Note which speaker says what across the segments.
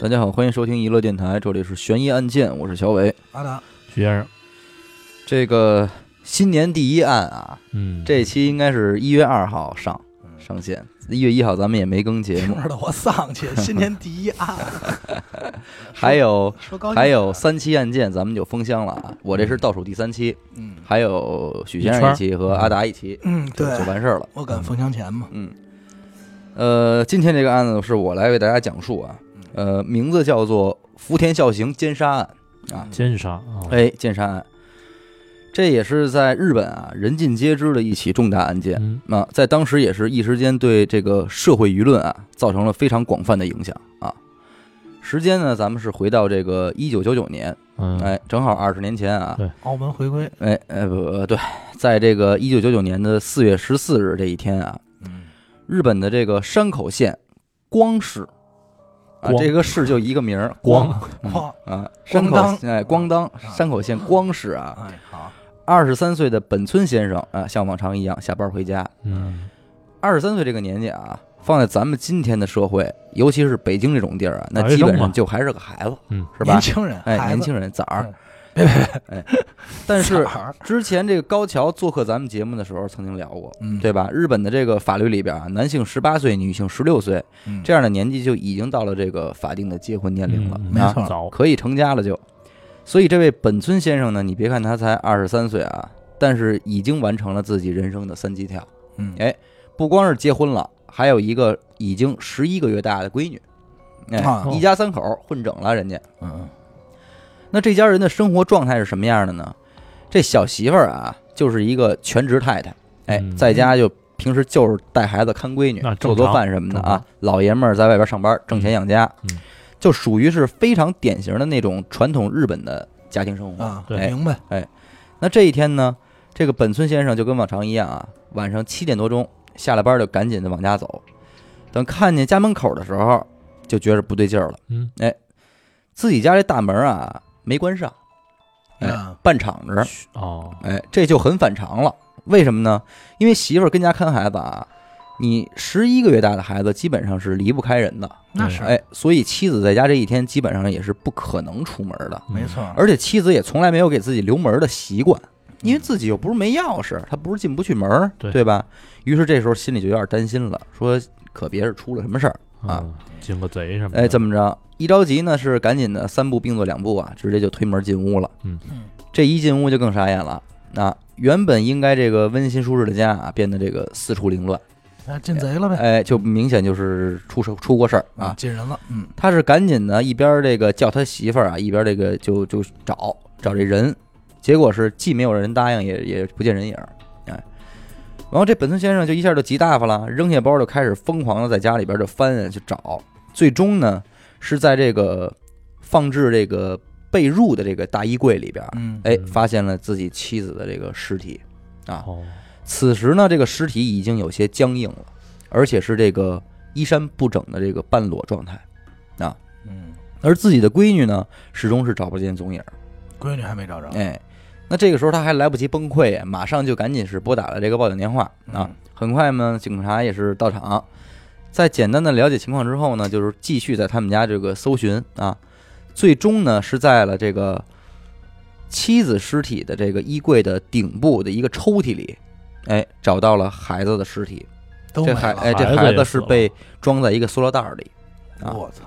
Speaker 1: 大家好，欢迎收听娱乐电台，这里是悬疑案件，我是小伟。
Speaker 2: 阿达，
Speaker 3: 徐先生，
Speaker 1: 这个新年第一案啊，
Speaker 3: 嗯，
Speaker 1: 这期应该是一月二号上上线，一月一号咱们也没更节 目
Speaker 2: 听，着的我丧气， 新年第一案，
Speaker 1: 还有
Speaker 2: 说高兴
Speaker 1: 还有，三期案件咱们就封箱了啊，我这是倒数第三期，
Speaker 2: 嗯
Speaker 1: 还有许先生一期和阿达一期，
Speaker 2: 嗯，
Speaker 1: 就
Speaker 2: 对，
Speaker 1: 就完事儿了。
Speaker 2: 我敢封箱前嘛，
Speaker 1: 嗯，呃，今天这个案子是我来为大家讲述啊，呃，名字叫做福田孝行奸杀案啊，
Speaker 2: 嗯
Speaker 3: 奸杀啊，
Speaker 1: 哎，奸杀案，这也是在日本啊人尽皆知的一起重大案件。
Speaker 3: 嗯，
Speaker 1: 那、在当时也是一时间对这个社会舆论啊造成了非常广泛的影响啊。时间呢，咱们是回到这个一九九九年，
Speaker 3: 嗯，
Speaker 1: 哎，正好二十年前啊。
Speaker 3: 对
Speaker 2: 澳门回归，
Speaker 1: 哎哎不呃对，在这个一九九九年的四月十四日这一天啊，
Speaker 2: 嗯，
Speaker 1: 日本的这个山口县光市啊，
Speaker 3: 光
Speaker 1: 这个市就一个名儿
Speaker 3: 光啊
Speaker 2: 哇，
Speaker 1: 啊，山口
Speaker 2: 光当
Speaker 1: 哎光当山口县光市啊，
Speaker 2: 哎，好，
Speaker 1: 二十三岁的本村先生啊，像往常一样下班回家。
Speaker 3: 嗯，
Speaker 1: 二十三岁这个年纪啊，放在咱们今天的社会，尤其是北京这种地儿啊，那
Speaker 3: 大学
Speaker 1: 基本
Speaker 3: 生
Speaker 1: 上
Speaker 3: 嘛
Speaker 1: 就还是个孩子，
Speaker 3: 嗯，
Speaker 1: 是吧
Speaker 2: 年？轻人，
Speaker 1: 哎，
Speaker 2: 孩子
Speaker 1: 年轻人崽儿
Speaker 2: 嗯，
Speaker 1: 哎，但是
Speaker 2: 小孩儿
Speaker 1: 之前这个高桥做客咱们节目的时候曾经聊过，
Speaker 2: 嗯，
Speaker 1: 对吧？日本的这个法律里边啊，男性十八岁，女性十六岁，
Speaker 2: 嗯，
Speaker 1: 这样的年纪就已经到了这个法定的结婚年龄了，
Speaker 3: 嗯
Speaker 2: 没
Speaker 1: 啊
Speaker 2: 错
Speaker 3: 早，
Speaker 1: 可以成家了就。所以这位本村先生呢，你别看他才二十三岁啊，但是已经完成了自己人生的三级跳，
Speaker 2: 嗯，
Speaker 1: 哎不光是结婚了，还有一个已经十一个月大的闺女，哎，
Speaker 2: 啊
Speaker 1: 一家三口混整了人家。
Speaker 2: 嗯，
Speaker 1: 那这家人的生活状态是什么样的呢？这小媳妇儿啊，就是一个全职太太，哎，
Speaker 3: 嗯
Speaker 1: 在家就平时就是带孩子、看闺女
Speaker 3: 那、
Speaker 1: 做
Speaker 3: 正
Speaker 1: 做
Speaker 3: 常
Speaker 1: 饭什么的
Speaker 3: 正
Speaker 1: 啊
Speaker 3: 常。
Speaker 1: 老爷们儿在外边上班，挣钱养家，
Speaker 3: 嗯
Speaker 1: 就属于是非常典型的那种传统日本的家庭生活。
Speaker 2: 啊，
Speaker 3: 哎
Speaker 2: 明白，
Speaker 1: 那这一天呢，这个本村先生就跟往常一样啊，晚上七点多钟下了班就赶紧的往家走。等看见家门口的时候，就觉着不对劲儿了，
Speaker 3: 嗯，
Speaker 1: 自己家这大门啊没关上，哎
Speaker 2: 嗯
Speaker 1: 半敞着，
Speaker 3: 哦，
Speaker 1: 哎，这就很反常了。为什么呢？因为媳妇儿跟家看孩子啊，你十一个月大的孩子基本上是离不开人的，
Speaker 2: 那是，
Speaker 1: 哎，所以妻子在家这一天基本上也是不可能出门的。
Speaker 2: 没错，
Speaker 1: 嗯而且妻子也从来没有给自己留门的习惯，因为自己又不是没钥匙，她不是进不去门儿，
Speaker 3: 对
Speaker 1: 对吧？于是这时候心里就有点担心了，说可别是出了什么事儿。
Speaker 3: 嗯
Speaker 1: 啊，
Speaker 3: 进个贼什么的，
Speaker 1: 哎，这么着，一着急呢是赶紧的三步并作两步啊，直接就推门进屋了。
Speaker 2: 嗯，
Speaker 1: 这一进屋就更傻眼了，啊，原本应该这个温馨舒适的家啊，变得这个四处凌乱，
Speaker 2: 那进贼了呗，
Speaker 1: 哎，就明显就是出事出过事儿啊
Speaker 2: 嗯。进人了，嗯，
Speaker 1: 他是赶紧呢，一边这个叫他媳妇儿啊，一边这个就就找找这人，结果是既没有人答应，也也不见人影儿，哎，然后这本村先生就一下就急大发了，扔下包就开始疯狂的在家里边就翻啊去找，最终呢是在这个放置这个被褥的这个大衣柜里边，
Speaker 2: 嗯，
Speaker 1: 哎，
Speaker 3: 嗯
Speaker 1: 发现了自己妻子的这个尸体，
Speaker 3: 哦，
Speaker 1: 此时呢这个尸体已经有些僵硬了，而且是这个衣衫不整的这个半裸状态。
Speaker 2: 嗯，
Speaker 1: 而自己的闺女呢，始终是找不见踪影儿。
Speaker 2: 闺女还没找着，
Speaker 1: 哎，那这个时候他还来不及崩溃，马上就赶紧是拨打了这个报警电话啊
Speaker 2: 嗯。
Speaker 1: 很快呢，警察也是到场，在简单的了解情况之后呢，就是继续在他们家这个搜寻啊。最终呢，是在了这个妻子尸体的这个衣柜的顶部的一个抽屉里，哎，找到了孩子的尸体。
Speaker 2: 都没
Speaker 1: 这孩
Speaker 2: 了，
Speaker 1: 哎，这
Speaker 3: Oh 孩子
Speaker 1: 孩
Speaker 3: 也
Speaker 1: 子
Speaker 3: 死
Speaker 1: 是
Speaker 3: 了
Speaker 1: 被装在一个塑料袋儿里。啊
Speaker 2: 我操，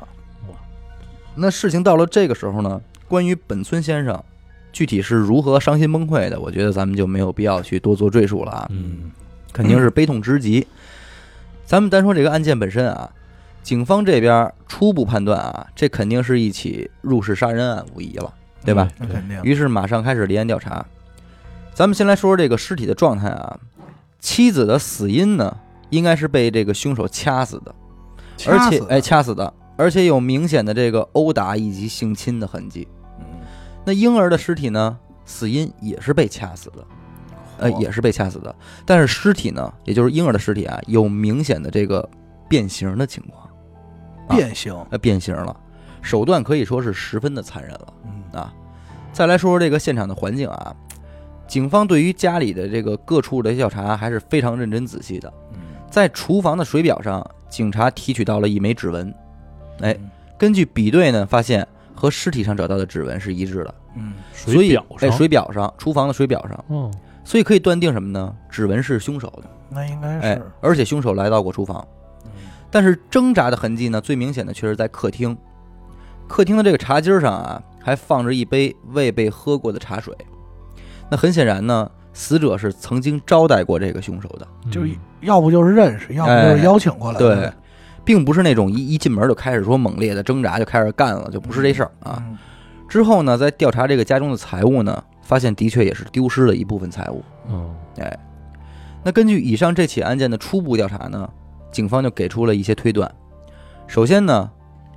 Speaker 1: 那事情到了这个时候呢，关于本村先生具体是如何伤心崩溃的，我觉得咱们就没有必要去多做赘述了啊，
Speaker 3: 嗯，
Speaker 1: 肯定是悲痛之极。咱们单说这个案件本身啊，警方这边初步判断啊，这肯定是一起入室杀人案无疑了，对吧？
Speaker 2: 那肯定，
Speaker 1: 于是马上开始立案调查。咱们先来说说这个尸体的状态啊，妻子的死因呢，应该是被这个凶手掐死的。而
Speaker 2: 掐
Speaker 1: 且
Speaker 2: 死
Speaker 1: 哎
Speaker 2: 了，
Speaker 1: 掐死的，而且有明显的这个殴打以及性侵的痕迹。
Speaker 2: 嗯
Speaker 1: 那婴儿的尸体呢，死因也是被掐死的，呃，
Speaker 2: 嚯
Speaker 1: 也是被掐死的。但是尸体呢，也就是婴儿的尸体啊，有明显的这个变形的情况，
Speaker 2: 变形，
Speaker 1: 呃，变形了，手段可以说是十分的残忍了。
Speaker 2: 嗯
Speaker 1: 啊。再来说说这个现场的环境啊，警方对于家里的这个各处的调查还是非常认真仔细的。
Speaker 2: 嗯，
Speaker 1: 在厨房的水表上，警察提取到了一枚指纹，哎
Speaker 2: 嗯，
Speaker 1: 根据比对呢，发现和尸体上找到的指纹是一致的，
Speaker 2: 嗯
Speaker 3: 水
Speaker 1: 所以
Speaker 3: 表
Speaker 1: 哎，
Speaker 3: 上，
Speaker 1: 水表上，厨房的水表上，
Speaker 3: 哦，
Speaker 1: 所以可以断定什么呢？指纹是凶手的，
Speaker 2: 那应该
Speaker 1: 哎
Speaker 2: 是，
Speaker 1: 而且凶手来到过厨房，
Speaker 2: 嗯
Speaker 1: 但是挣扎的痕迹呢，最明显的却是在客厅，客厅的这个茶几上啊，还放着一杯未被喝过的茶水，那很显然呢，死者是曾经招待过这个凶手的，
Speaker 2: 就是
Speaker 3: 嗯
Speaker 2: 要不就是认识，要不就是邀请过来的，
Speaker 1: 哎
Speaker 2: 嗯
Speaker 1: 对，并不是那种一一进门就开始说猛烈的挣扎就开始干了，就不是这事儿啊。
Speaker 2: 嗯，
Speaker 1: 之后呢，在调查这个家中的财物呢，发现的确也是丢失了一部分财物。
Speaker 3: 哦，
Speaker 1: 那根据以上这起案件的初步调查呢，警方就给出了一些推断。首先呢，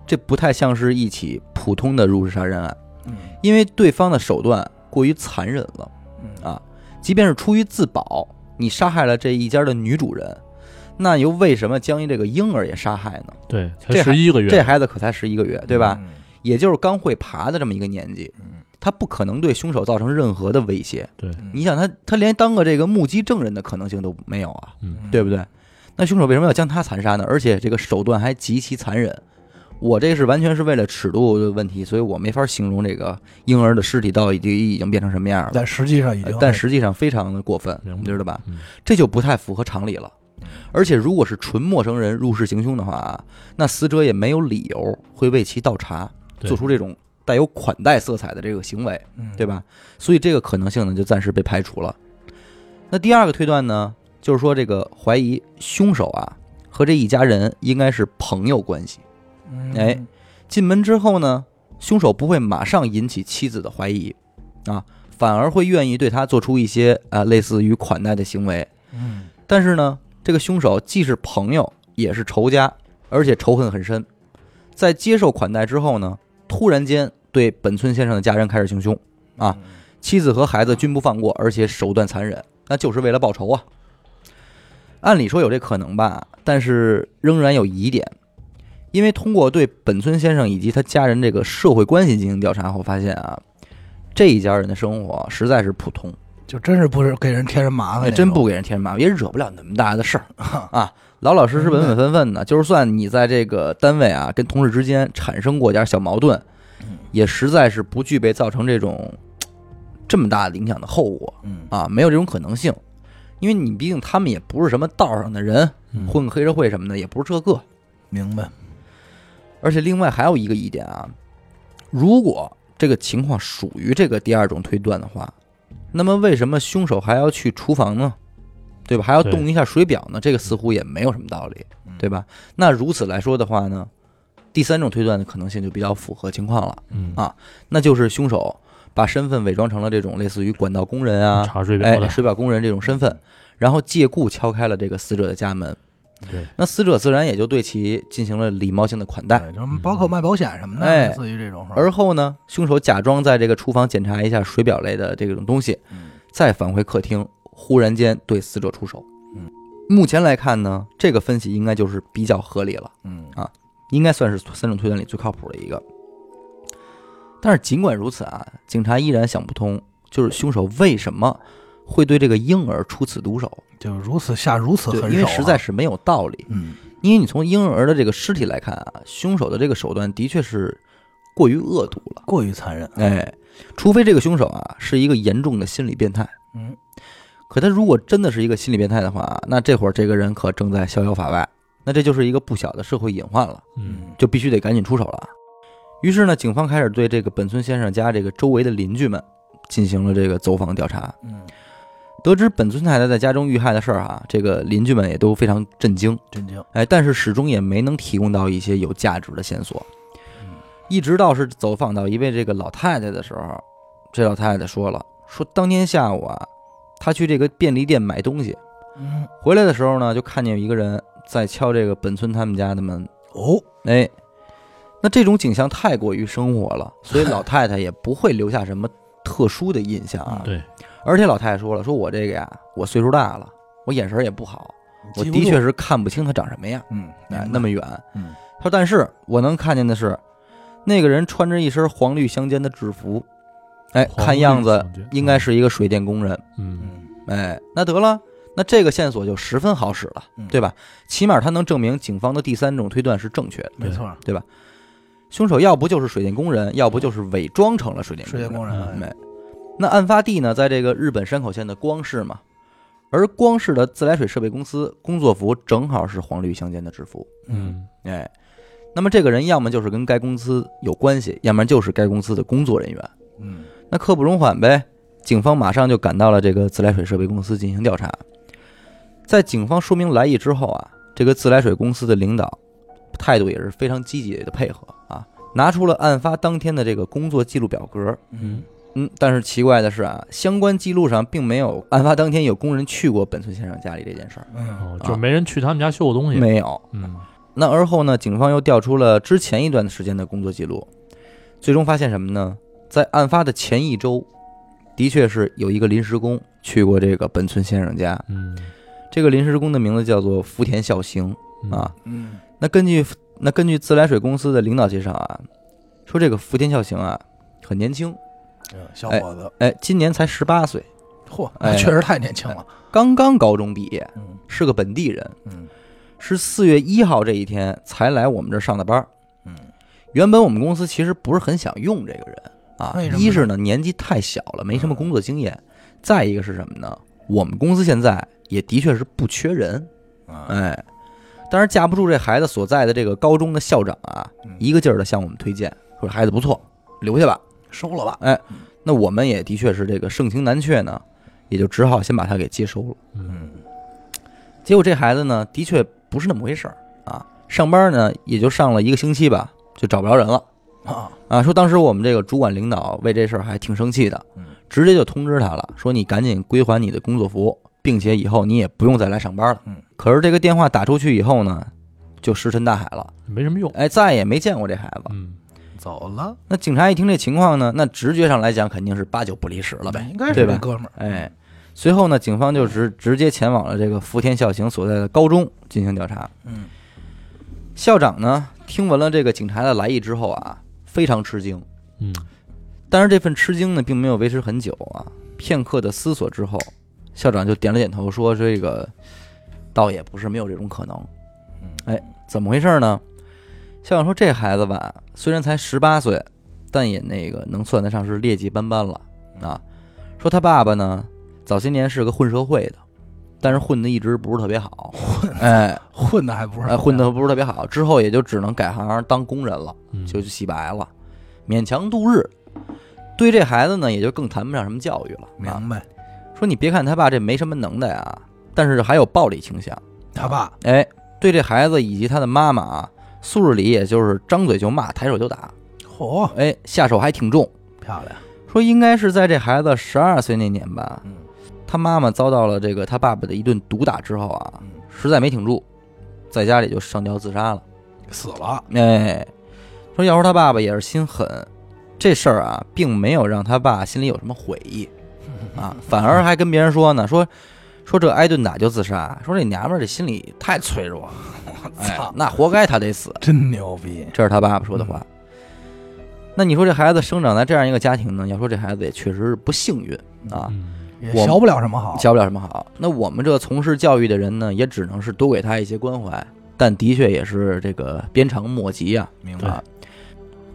Speaker 1: 这不太像是一起普通的入室杀人案，
Speaker 2: 嗯
Speaker 1: 因为对方的手段过于残忍了。
Speaker 2: 嗯
Speaker 1: 啊即便是出于自保，你杀害了这一家的女主人，那又为什么将这个婴儿也杀害呢？
Speaker 3: 对，
Speaker 1: 这
Speaker 3: 才
Speaker 1: 还
Speaker 3: 十一个月，
Speaker 1: 这孩子可才十一个月，对吧？？
Speaker 2: 嗯
Speaker 1: 也就是刚会爬的这么一个年纪，
Speaker 2: 嗯
Speaker 1: 他不可能对凶手造成任何的威胁。
Speaker 3: 对，
Speaker 2: 嗯
Speaker 1: 你想他，他连当个这个目击证人的可能性都没有啊，
Speaker 3: 嗯，
Speaker 1: 对不对？那凶手为什么要将他残杀呢？而且这个手段还极其残忍。我这是完全是为了尺度的问题，所以我没法形容这个婴儿的尸体到底已经变成什么样了。
Speaker 2: 但实际上已
Speaker 1: 呃
Speaker 2: 经，
Speaker 1: 但实际上非常的过分，
Speaker 3: 明白
Speaker 1: 你知道吧？
Speaker 3: 嗯
Speaker 1: 这就不太符合常理了
Speaker 2: 嗯。
Speaker 1: 而且如果是纯陌生人入室行凶的话啊，那死者也没有理由会为其倒茶，
Speaker 3: 对
Speaker 1: 做出这种带有款待色彩的这个行为。
Speaker 2: 嗯
Speaker 1: 对？吧？所以这个可能性呢就暂时被排除了。那第二个推断呢，就是说这个怀疑凶手啊和这一家人应该是朋友关系。
Speaker 2: 嗯
Speaker 1: 哎，进门之后呢，凶手不会马上引起妻子的怀疑啊，反而会愿意对他做出一些啊、呃类似于款待的行为。
Speaker 2: 嗯
Speaker 1: 但是呢，这个凶手既是朋友也是仇家，而且仇恨很深。在接受款待之后呢，突然间对本村先生的家人开始行凶。啊，妻子和孩子均不放过，而且手段残忍，那就是为了报仇啊。按理说有这可能吧，但是仍然有疑点，因为通过对本村先生以及他家人这个社会关系进行调查后，发现啊，这一家人的生活实在是普通，
Speaker 2: 就真是不是给人添人麻烦那
Speaker 1: 也
Speaker 2: 种，
Speaker 1: 啊哎真不给人添麻烦，也惹不了那么大的事儿啊。老老实实、稳稳分分的，就是算你在这个单位啊，跟同事之间产生过点小矛盾
Speaker 2: 嗯，
Speaker 1: 也实在是不具备造成这种这么大的影响的后果。
Speaker 2: 嗯
Speaker 1: 啊，没有这种可能性，因为你毕竟他们也不是什么道上的人，
Speaker 3: 嗯
Speaker 1: 混个黑社会什么的也不是这个。
Speaker 2: 明白，
Speaker 1: 而且另外还有一个疑点啊，如果这个情况属于这个第二种推断的话，那么为什么凶手还要去厨房呢？对吧？还要
Speaker 3: 对
Speaker 1: 动一下水表呢？这个似乎也没有什么道理，
Speaker 3: 嗯
Speaker 1: 对吧？那如此来说的话呢，第三种推断的可能性就比较符合情况了，
Speaker 3: 嗯
Speaker 1: 啊那就是凶手把身份伪装成了这种类似于管道工人啊、
Speaker 3: 查水表
Speaker 1: 哎，
Speaker 3: 的，
Speaker 1: 水表工人这种身份，然后借故敲开了这个死者的家门。
Speaker 3: 对，
Speaker 1: 那死者自然也就对其进行了礼貌性的款待。
Speaker 2: 对，就是包括卖保险什么的，
Speaker 1: 哎
Speaker 2: 类似于这种事儿，
Speaker 1: 而后呢，凶手假装在这个厨房检查一下水表类的这种东西，
Speaker 2: 嗯
Speaker 1: 再返回客厅，忽然间对死者出手
Speaker 2: 嗯。
Speaker 1: 目前来看呢，这个分析应该就是比较合理了，
Speaker 2: 嗯
Speaker 1: 应该算是三种推断里最靠谱的一个。但是尽管如此啊，警察依然想不通，就是凶手为什么会对这个婴儿出此毒手？
Speaker 2: 就如此下如此
Speaker 1: 对
Speaker 2: 狠手啊，
Speaker 1: 因为实在是没有道理。
Speaker 2: 嗯
Speaker 1: 因为你从婴儿的这个尸体来看啊，凶手的这个手段的确是过于恶毒了。
Speaker 2: 过于残忍，
Speaker 1: 哎，除非这个凶手啊是一个严重的心理变态，
Speaker 2: 嗯
Speaker 1: 可他如果真的是一个心理变态的话，那这会儿这个人可正在逍遥法外，那这就是一个不小的社会隐患了，
Speaker 3: 嗯，
Speaker 1: 就必须得赶紧出手了啊。于是呢，警方开始对这个本村先生家这个周围的邻居们进行了这个走访调查，
Speaker 2: 嗯，
Speaker 1: 得知本村太太在家中遇害的事儿啊，这个邻居们也都非常震惊。
Speaker 2: 震惊，
Speaker 1: 哎，但是始终也没能提供到一些有价值的线索
Speaker 2: 嗯。
Speaker 1: 一直到是走访到一位这个老太太的时候，这老太太说了，说当天下午啊，她去这个便利店买东西，
Speaker 2: 嗯
Speaker 1: 回来的时候呢，就看见有一个人在敲这个本村他们家的门。
Speaker 2: 哦，
Speaker 1: 哎，那这种景象太过于生活了，所以老太太也不会留下什么特殊的印象
Speaker 2: 嗯
Speaker 1: 啊。
Speaker 3: 对，
Speaker 1: 而且老太太说了，说我这个呀，我岁数大了，我眼神儿也不好，我
Speaker 2: 记不住
Speaker 1: 的确，是看不清他长什么样。
Speaker 2: 嗯，
Speaker 1: 哎，
Speaker 2: 明
Speaker 1: 那
Speaker 2: 白
Speaker 1: 么远。
Speaker 2: 嗯
Speaker 1: 他说：“但是我能看见的是，那个人穿着一身黄绿相间的制服，哎，
Speaker 3: 黄
Speaker 1: 看
Speaker 3: 绿
Speaker 1: 样子
Speaker 3: 相间
Speaker 1: 应该是一个水电工人。
Speaker 3: 嗯，
Speaker 2: 嗯
Speaker 1: 哎，那得了，那这个线索就十分好使了，
Speaker 2: 嗯
Speaker 1: 对吧？起码他能证明警方的第三种推断是正确的。
Speaker 2: 没错，
Speaker 1: 对吧？凶手要不就是水电工人，要不就是伪装成了水电
Speaker 2: 世界工
Speaker 1: 人。
Speaker 2: 人
Speaker 1: 嗯没，那案发地呢，在这个日本山口县的光市嘛，而光市的自来水设备公司工作服正好是黄绿相间的制服，
Speaker 3: 嗯
Speaker 1: 哎，那么这个人要么就是跟该公司有关系，要么就是该公司的工作人员，
Speaker 2: 嗯
Speaker 1: 那刻不容缓呗。警方马上就赶到了这个自来水设备公司进行调查。在警方说明来意之后啊，这个自来水公司的领导态度也是非常积极的配合啊，拿出了案发当天的这个工作记录表格。
Speaker 2: 嗯
Speaker 1: 嗯，但是奇怪的是啊，相关记录上并没有案发当天有工人去过本村先生家里这件事儿，
Speaker 2: 嗯
Speaker 3: 哦，就是没人去他们家修过东西，
Speaker 1: 啊没有。
Speaker 3: 嗯
Speaker 1: 那而后呢，警方又调出了之前一段时间的工作记录，最终发现什么呢？在案发的前一周，的确是有一个临时工去过这个本村先生家。
Speaker 3: 嗯
Speaker 1: 这个临时工的名字叫做福田孝行
Speaker 3: 嗯
Speaker 1: 啊。
Speaker 2: 嗯
Speaker 1: 那根据那根据自来水公司的领导介绍啊，说这个福田孝行啊很年轻，
Speaker 2: 嗯，小伙子，
Speaker 1: 哎，今年才十八岁，
Speaker 2: 嚯，
Speaker 1: 哎
Speaker 2: 那确实太年轻了。
Speaker 1: 刚刚高中毕业，
Speaker 2: 嗯
Speaker 1: 是个本地人，
Speaker 2: 嗯
Speaker 1: 是四月一号这一天才来我们这儿上的班儿。
Speaker 2: 嗯，
Speaker 1: 原本我们公司其实不是很想用这个人啊
Speaker 2: 为什，么呢嗯
Speaker 1: 一是呢年纪太小了，没什么工作经验；再一个是什么呢？我们公司现在也的确是不缺人，
Speaker 2: 啊
Speaker 1: 哎，但是架不住这孩子所在的这个高中的校长啊
Speaker 2: 嗯，
Speaker 1: 一个劲儿的向我们推荐，说孩子不错，留下吧。
Speaker 2: 收了吧。
Speaker 1: 那我们也的确是这个盛情难却呢，也就只好先把他给接收了。
Speaker 3: 嗯
Speaker 2: 嗯
Speaker 1: 结果这孩子呢，的确不是那么回事儿啊，上班呢也就上了一个星期吧，就找不着人了。
Speaker 2: 啊，
Speaker 1: 啊，说当时我们这个主管领导为这事儿还挺生气的
Speaker 2: 嗯，
Speaker 1: 直接就通知他了，说你赶紧归还你的工作服，并且以后你也不用再来上班了
Speaker 2: 嗯。
Speaker 1: 可是这个电话打出去以后呢，就石沉大海了，
Speaker 3: 没什么用，
Speaker 1: 哎，再也没见过这孩子。
Speaker 3: 嗯
Speaker 2: 走了，
Speaker 1: 那警察一听这情况呢，那直觉上来讲肯定是八九不离十了呗，
Speaker 2: 应该
Speaker 1: 对
Speaker 2: 是
Speaker 1: 吧
Speaker 2: 这哥们儿。
Speaker 1: 哎，随后呢，警方就直直接前往了这个福田孝行所在的高中进行调查。
Speaker 2: 嗯
Speaker 1: 校长呢，听闻了这个警察的来意之后啊，非常吃惊。
Speaker 3: 嗯
Speaker 1: 但是这份吃惊呢，并没有维持很久啊。片刻的思索之后，校长就点了点头，说：“这个倒也不是没有这种可能。
Speaker 2: 嗯”
Speaker 1: 哎，怎么回事呢？校长说：“这孩子吧，虽然才十八岁，但也那个能算得上是劣迹斑斑了啊。说他爸爸呢，早些年是个混社会的，但是混的一直不是特别好，混哎
Speaker 2: 混的还不是
Speaker 1: 哎混的不是特别好，之后也就只能改行当工人了。
Speaker 3: 嗯，
Speaker 1: 就洗白了，勉强度日。对这孩子呢，也就更谈不上什么教育了啊。
Speaker 2: 明白，
Speaker 1: 说你别看他爸这没什么能耐啊，但是还有暴力倾向。
Speaker 2: 他爸
Speaker 1: 哎，对这孩子以及他的妈妈啊，素日里也就是张嘴就骂，抬手就打，
Speaker 2: 嚯
Speaker 1: 哎，下手还挺重。
Speaker 2: 漂亮，
Speaker 1: 说应该是在这孩子十二岁那年吧，
Speaker 2: 嗯
Speaker 1: 他妈妈遭到了这个他爸爸的一顿毒打之后啊，
Speaker 2: 嗯，
Speaker 1: 实在没挺住，在家里就上吊自杀了。
Speaker 2: 死了，
Speaker 1: 哎，说要说他爸爸也是心狠，这事儿啊，并没有让他爸心里有什么悔意啊，反而还跟别人说呢，说说这挨顿打就自杀，说这娘们儿这心理太脆弱了，哎
Speaker 2: 操，，
Speaker 1: 那活该他得死，
Speaker 2: 真牛逼，
Speaker 1: 这是他爸爸说的话。那你说这孩子生长在这样一个家庭呢？要说这孩子也确实是不幸运啊，
Speaker 3: 嗯
Speaker 2: 也
Speaker 1: 我
Speaker 2: 学不了什么好，
Speaker 1: 教不了什么好。那我们这从事教育的人呢，也只能是多给他一些关怀，但的确也是这个鞭长莫及啊。
Speaker 2: 明
Speaker 3: 对
Speaker 2: 白，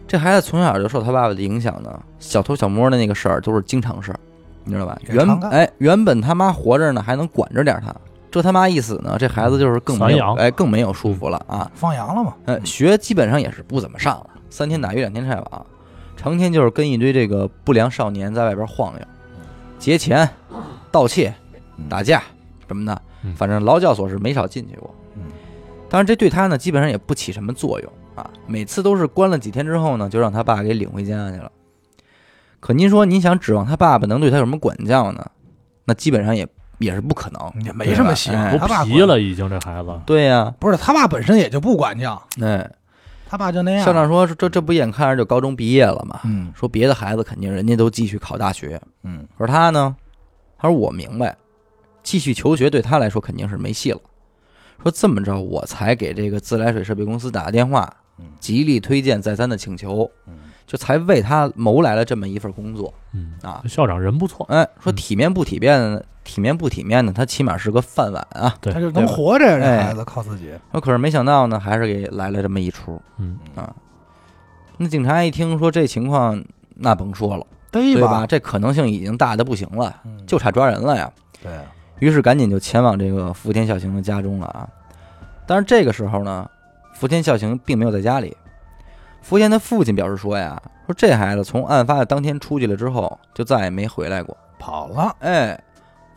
Speaker 1: 这孩子从小就受他爸爸的影响呢，小偷小摸的那个事儿都是经常事儿，你知道吧？
Speaker 2: 也
Speaker 1: 原
Speaker 2: 常干
Speaker 1: 哎，原本他妈活着呢，还能管着点儿他，这他妈一死呢，这孩子就是更没
Speaker 3: 散
Speaker 1: 有
Speaker 3: 养
Speaker 1: 哎，更没有束缚了啊！
Speaker 2: 放羊了嘛，
Speaker 1: 呃，学基本上也是不怎么上了，三天打鱼两天晒网，成天就是跟一堆这个不良少年在外边晃悠，劫钱、盗窃、
Speaker 2: 嗯
Speaker 1: 打架什么的
Speaker 3: 嗯，
Speaker 1: 反正劳教所是没少进去过。
Speaker 2: 嗯
Speaker 1: 当然，这对他呢，基本上也不起什么作用啊。每次都是关了几天之后呢，就让他爸给领回家去了。可您说，您想指望他爸爸能对他有什么管教呢？那基本上也也是不可能。
Speaker 2: 也没什么希望，
Speaker 1: 对哎
Speaker 3: 都
Speaker 2: 他爸
Speaker 3: 皮了，已经这孩子，
Speaker 1: 对呀、
Speaker 2: 不是他爸本身也就不管教，
Speaker 1: 哎，
Speaker 2: 他爸就那样，
Speaker 1: 校长说这这不眼看着就高中毕业了嘛，
Speaker 2: 嗯
Speaker 1: 说别的孩子肯定人家都继续考大学，
Speaker 2: 嗯
Speaker 1: 可是他呢，他说我明白，继续求学对他来说肯定是没戏了。说这么着，我才给这个自来水设备公司打个电话
Speaker 2: 嗯，
Speaker 1: 极力推荐再三的请求，
Speaker 2: 嗯
Speaker 1: 就才为他谋来了这么一份工作
Speaker 3: 嗯，
Speaker 1: 啊。
Speaker 3: 校长人不错，
Speaker 1: 哎，说
Speaker 3: 嗯
Speaker 1: 体面不体面呢？体面不体面呢？他起码是个饭碗啊。
Speaker 3: 对
Speaker 2: 他就能
Speaker 3: 对吧
Speaker 2: 活着，这
Speaker 1: 哎
Speaker 2: 孩子靠自己，
Speaker 1: 说可是没想到呢，还是给来了这么一出。
Speaker 3: 嗯
Speaker 1: 啊，那警察一听说这情况，那甭说了，
Speaker 2: 对
Speaker 1: 对
Speaker 2: 吧
Speaker 1: 吧？？这可能性已经大的不行了，
Speaker 2: 嗯
Speaker 1: 就差抓人了呀。
Speaker 2: 对，
Speaker 1: 于是赶紧就前往这个福田孝行的家中了啊。但是这个时候呢，福田孝行并没有在家里。福田的父亲表示说呀，说这孩子从案发的当天出去了之后，就再也没回来过。
Speaker 2: 跑了，
Speaker 1: 哎，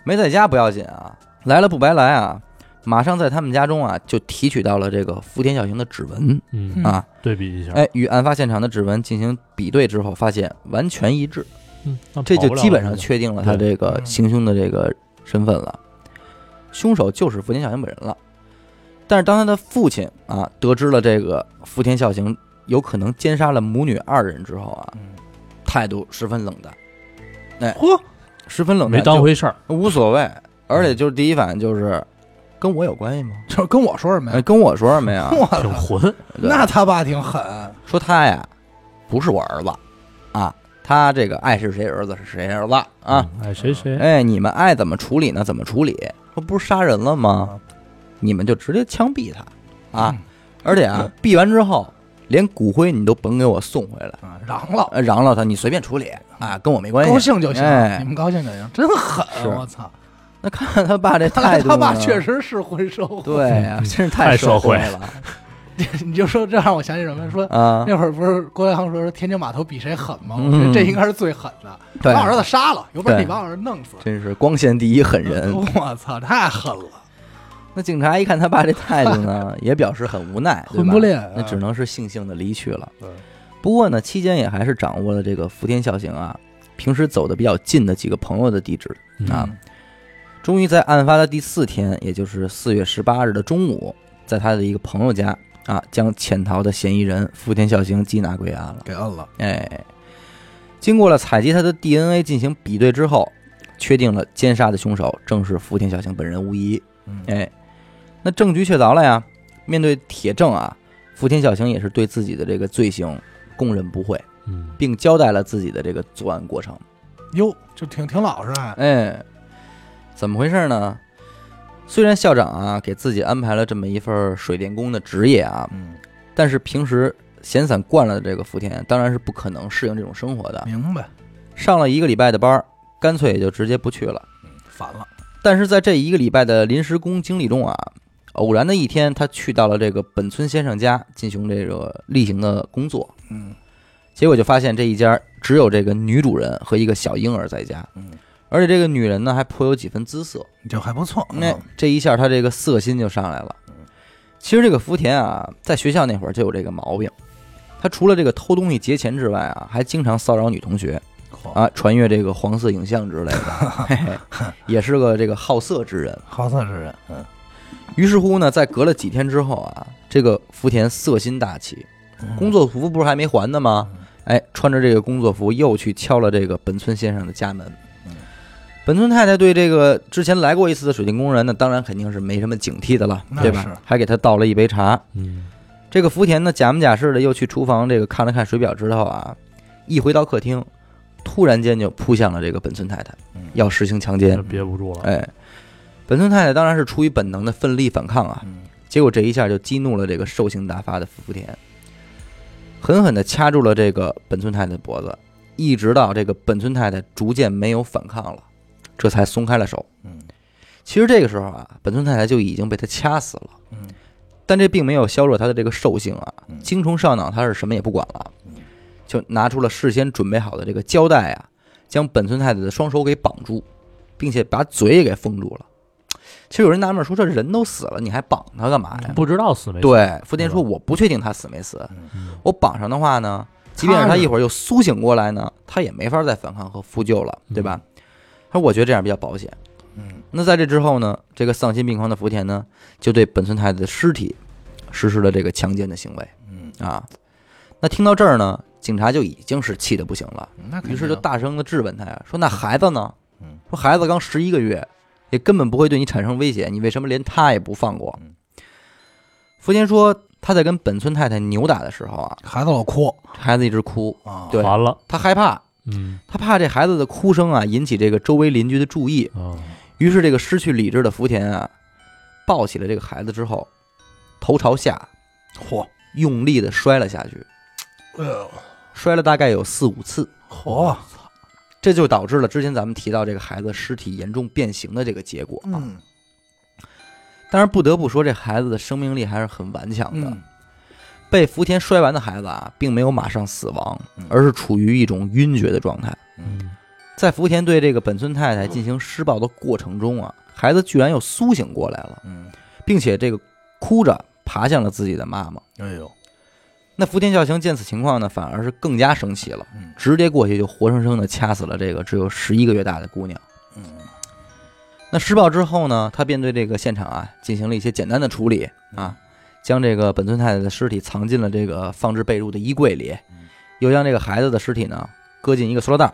Speaker 1: 没在家不要紧啊，来了不白来啊。马上在他们家中啊，就提取到了这个福田孝行的指纹
Speaker 3: 嗯，
Speaker 1: 啊，
Speaker 3: 对比一下，
Speaker 1: 哎，与案发现场的指纹进行比对之后，发现完全一致，
Speaker 3: 嗯，那
Speaker 1: 这
Speaker 3: 跑不
Speaker 1: 就
Speaker 3: 了
Speaker 1: 基本上
Speaker 3: 了
Speaker 1: 确定了他这个
Speaker 2: 嗯
Speaker 1: 行凶的这个身份了。凶手就是福田孝行本人了。但是当他的父亲啊得知了这个福田孝行有可能奸杀了母女二人之后啊，
Speaker 2: 嗯
Speaker 1: 态度十分冷淡，哎
Speaker 2: 嚯，
Speaker 1: 十分冷淡，
Speaker 3: 没当回事儿，
Speaker 1: 就无所谓。而且就是第一反应就是跟我有关系吗？
Speaker 2: 就是跟我说什么
Speaker 1: 哎，
Speaker 2: 呀？
Speaker 1: 跟我说什么 呀？
Speaker 2: 我操
Speaker 3: 挺混，
Speaker 1: 对
Speaker 2: 那他爸挺狠，
Speaker 1: 说他呀不是我儿子啊，他这个爱是谁儿子是谁儿子啊。
Speaker 3: 嗯，哎，谁谁，
Speaker 1: 哎，你们爱怎么处理呢？怎么处理？说不是杀人了吗？你们就直接枪毙他
Speaker 2: 嗯
Speaker 1: 啊！而且啊，毙完之后，连骨灰你都甭给我送回来，
Speaker 2: 啊，嚷了，
Speaker 1: 呃嚷嚷他，你随便处理啊，跟我没关系。
Speaker 2: 高兴就行，
Speaker 1: 哎
Speaker 2: 你们高兴就行，真狠啊
Speaker 1: 是，
Speaker 2: 我操！
Speaker 1: 那看看他爸这
Speaker 2: 看来
Speaker 1: 态度呢，啊
Speaker 2: 他爸确实嗯是混社会，
Speaker 1: 对呀、真是
Speaker 3: 太
Speaker 1: 社
Speaker 3: 社会
Speaker 1: 了
Speaker 2: 你就说这让我想起什么？说
Speaker 1: 啊！
Speaker 2: 那会儿不是郭德纲说天津码头比谁狠吗？我
Speaker 1: 嗯
Speaker 2: 觉得这应该是最狠的，
Speaker 1: 对
Speaker 2: 把我儿子杀了，有本事
Speaker 1: 对
Speaker 2: 你把我儿子弄死。
Speaker 1: 真是光鲜第一狠人。
Speaker 2: 我操，太狠了！
Speaker 1: 那警察一看他爸这态度呢，也表示很无奈，对吧
Speaker 2: 魂不啊吝
Speaker 1: 那只能是悻悻的离去了。
Speaker 2: 嗯
Speaker 1: 不过呢，期间也还是掌握了这个福田孝行啊，平时走的比较近的几个朋友的地址
Speaker 3: 嗯
Speaker 2: 嗯
Speaker 1: 啊。终于在案发的第四天，也就是四月十八日的中午，在他的一个朋友家啊，将潜逃的嫌疑人福田孝行缉拿归案了。
Speaker 2: 给摁了，
Speaker 1: 哎，经过了采集他的 DNA 进行比对之后，确定了奸杀的凶手正是福田孝行本人无疑。
Speaker 2: 嗯
Speaker 1: 哎，那证据确凿了呀。面对铁证啊，福田孝行也是对自己的这个罪行供认不讳，
Speaker 3: 嗯，
Speaker 1: 并交代了自己的这个作案过程。
Speaker 2: 哟，就挺挺老实啊，
Speaker 1: 哎，怎么回事呢？虽然校长啊给自己安排了这么一份水电工的职业啊，
Speaker 2: 嗯，
Speaker 1: 但是平时闲散惯了的这个福田当然是不可能适应这种生活的。
Speaker 2: 嗯明白，
Speaker 1: 上了一个礼拜的班儿，干脆也就直接不去了。
Speaker 2: 反嗯了，
Speaker 1: 但是在这一个礼拜的临时工经历中啊，偶然的一天，他去到了这个本村先生家进行这个例行的工作，
Speaker 2: 嗯
Speaker 1: 结果就发现这一家只有这个女主人和一个小婴儿在家，
Speaker 2: 嗯，
Speaker 1: 而且这个女人呢还颇有几分姿色。
Speaker 2: 就还不错，
Speaker 1: 那这一下他这个色心就上来了。其实这个福田啊，在学校那会儿就有这个毛病，他除了这个偷东西劫钱之外啊，还经常骚扰女同学
Speaker 2: 好，
Speaker 1: 啊，传阅这个黄色影像之类的，嘿嘿也是个这个好色之人。
Speaker 2: 好色之人，嗯，
Speaker 1: 于是乎呢，在隔了几天之后啊，这个福田色心大起，
Speaker 2: 嗯
Speaker 1: 工作服不是还没还呢吗？哎，穿着这个工作服又去敲了这个本村先生的家门
Speaker 2: 嗯。
Speaker 1: 本村太太对这个之前来过一次的水电工人呢，当然肯定是没什么警惕的了，
Speaker 2: 那
Speaker 1: 对
Speaker 2: 是
Speaker 1: 吧？还给他倒了一杯茶。
Speaker 3: 嗯，
Speaker 1: 这个福田呢，假模假式的又去厨房这个看了看水表之后啊，一回到客厅，突然间就扑向了这个本村太太
Speaker 2: 嗯，
Speaker 1: 要实行强
Speaker 3: 这
Speaker 1: 奸。
Speaker 3: 憋不住了，
Speaker 1: 哎，本村太太当然是出于本能的奋力反抗啊，
Speaker 2: 嗯
Speaker 1: 结果这一下就激怒了这个兽性大发的福田，狠狠地掐住了这个本村太太的脖子，一直到这个本村太太逐渐没有反抗了，这才松开了手。
Speaker 2: 嗯
Speaker 1: 其实这个时候啊，本村太太就已经被他掐死了，
Speaker 2: 嗯，
Speaker 1: 但这并没有削弱他的这个兽性啊
Speaker 2: 嗯，
Speaker 1: 精虫上脑，他是什么也不管了
Speaker 2: 嗯，
Speaker 1: 就拿出了事先准备好的这个胶带啊，将本村太太的双手给绑住，并且把嘴也给封住了。其实有人纳闷说，这人都死了，你还绑他干嘛呀？
Speaker 3: 不知道死没死，
Speaker 1: 对，福田
Speaker 3: 是
Speaker 1: 说：“
Speaker 3: 吧
Speaker 1: 我不确定他死没死
Speaker 3: 嗯，
Speaker 1: 我绑上的话呢，即便是
Speaker 2: 他
Speaker 1: 他
Speaker 2: 是
Speaker 1: 一会儿又苏醒过来呢，他也没法再反抗和呼救了，对吧？”他说：“我觉得这样比较保险。”
Speaker 2: 嗯，
Speaker 1: 那在这之后呢，这个丧心病狂的福田呢，就对本村太太的尸体实施了这个强奸的行为。
Speaker 2: 嗯
Speaker 1: 啊，那听到这儿呢，警察就已经是气得不行了，
Speaker 2: 那肯
Speaker 1: 于
Speaker 2: 定啊
Speaker 1: 是就大声的质问他呀，说：“那孩子呢
Speaker 2: 嗯？
Speaker 1: 说孩子刚十一个月，也根本不会对你产生威胁，你为什么连他也不放过
Speaker 2: 嗯？”
Speaker 1: 福田说，他在跟本村太太扭打的时候啊，
Speaker 2: 孩子老哭
Speaker 1: 孩子一直哭，
Speaker 2: 啊，
Speaker 1: 对
Speaker 3: 完了，
Speaker 1: 他害怕，
Speaker 3: 嗯
Speaker 1: 他怕这孩子的哭声啊引起这个周围邻居的注意，
Speaker 3: 啊，
Speaker 1: 于是这个失去理智的福田啊，抱起了这个孩子之后，头朝下
Speaker 2: 嚯，
Speaker 1: 用力的摔了下去，
Speaker 2: 哎呦，
Speaker 1: 摔了大概有四五次，
Speaker 2: 嚯，
Speaker 1: 这就导致了之前咱们提到这个孩子尸体严重变形的这个结果啊。
Speaker 2: 嗯
Speaker 1: 当然不得不说，这孩子的生命力还是很顽强的。
Speaker 2: 嗯，
Speaker 1: 被福田摔完的孩子啊，并没有马上死亡
Speaker 2: 嗯，
Speaker 1: 而是处于一种晕厥的状态。
Speaker 3: 嗯，
Speaker 1: 在福田对这个本村太太进行施暴的过程中啊，孩子居然又苏醒过来了，
Speaker 2: 嗯，
Speaker 1: 并且这个哭着爬向了自己的妈妈。
Speaker 2: 哎呦，
Speaker 1: 那福田孝行见此情况呢，反而是更加生气了
Speaker 2: 嗯，
Speaker 1: 直接过去就活生生的掐死了这个只有十一个月大的姑娘。
Speaker 2: 嗯
Speaker 1: 那施暴之后呢，他便对这个现场啊进行了一些简单的处理
Speaker 2: 嗯
Speaker 1: 啊，将这个本村太太的尸体藏进了这个放置被褥的衣柜里
Speaker 2: 嗯，
Speaker 1: 又将这个孩子的尸体呢搁进一个塑料袋儿，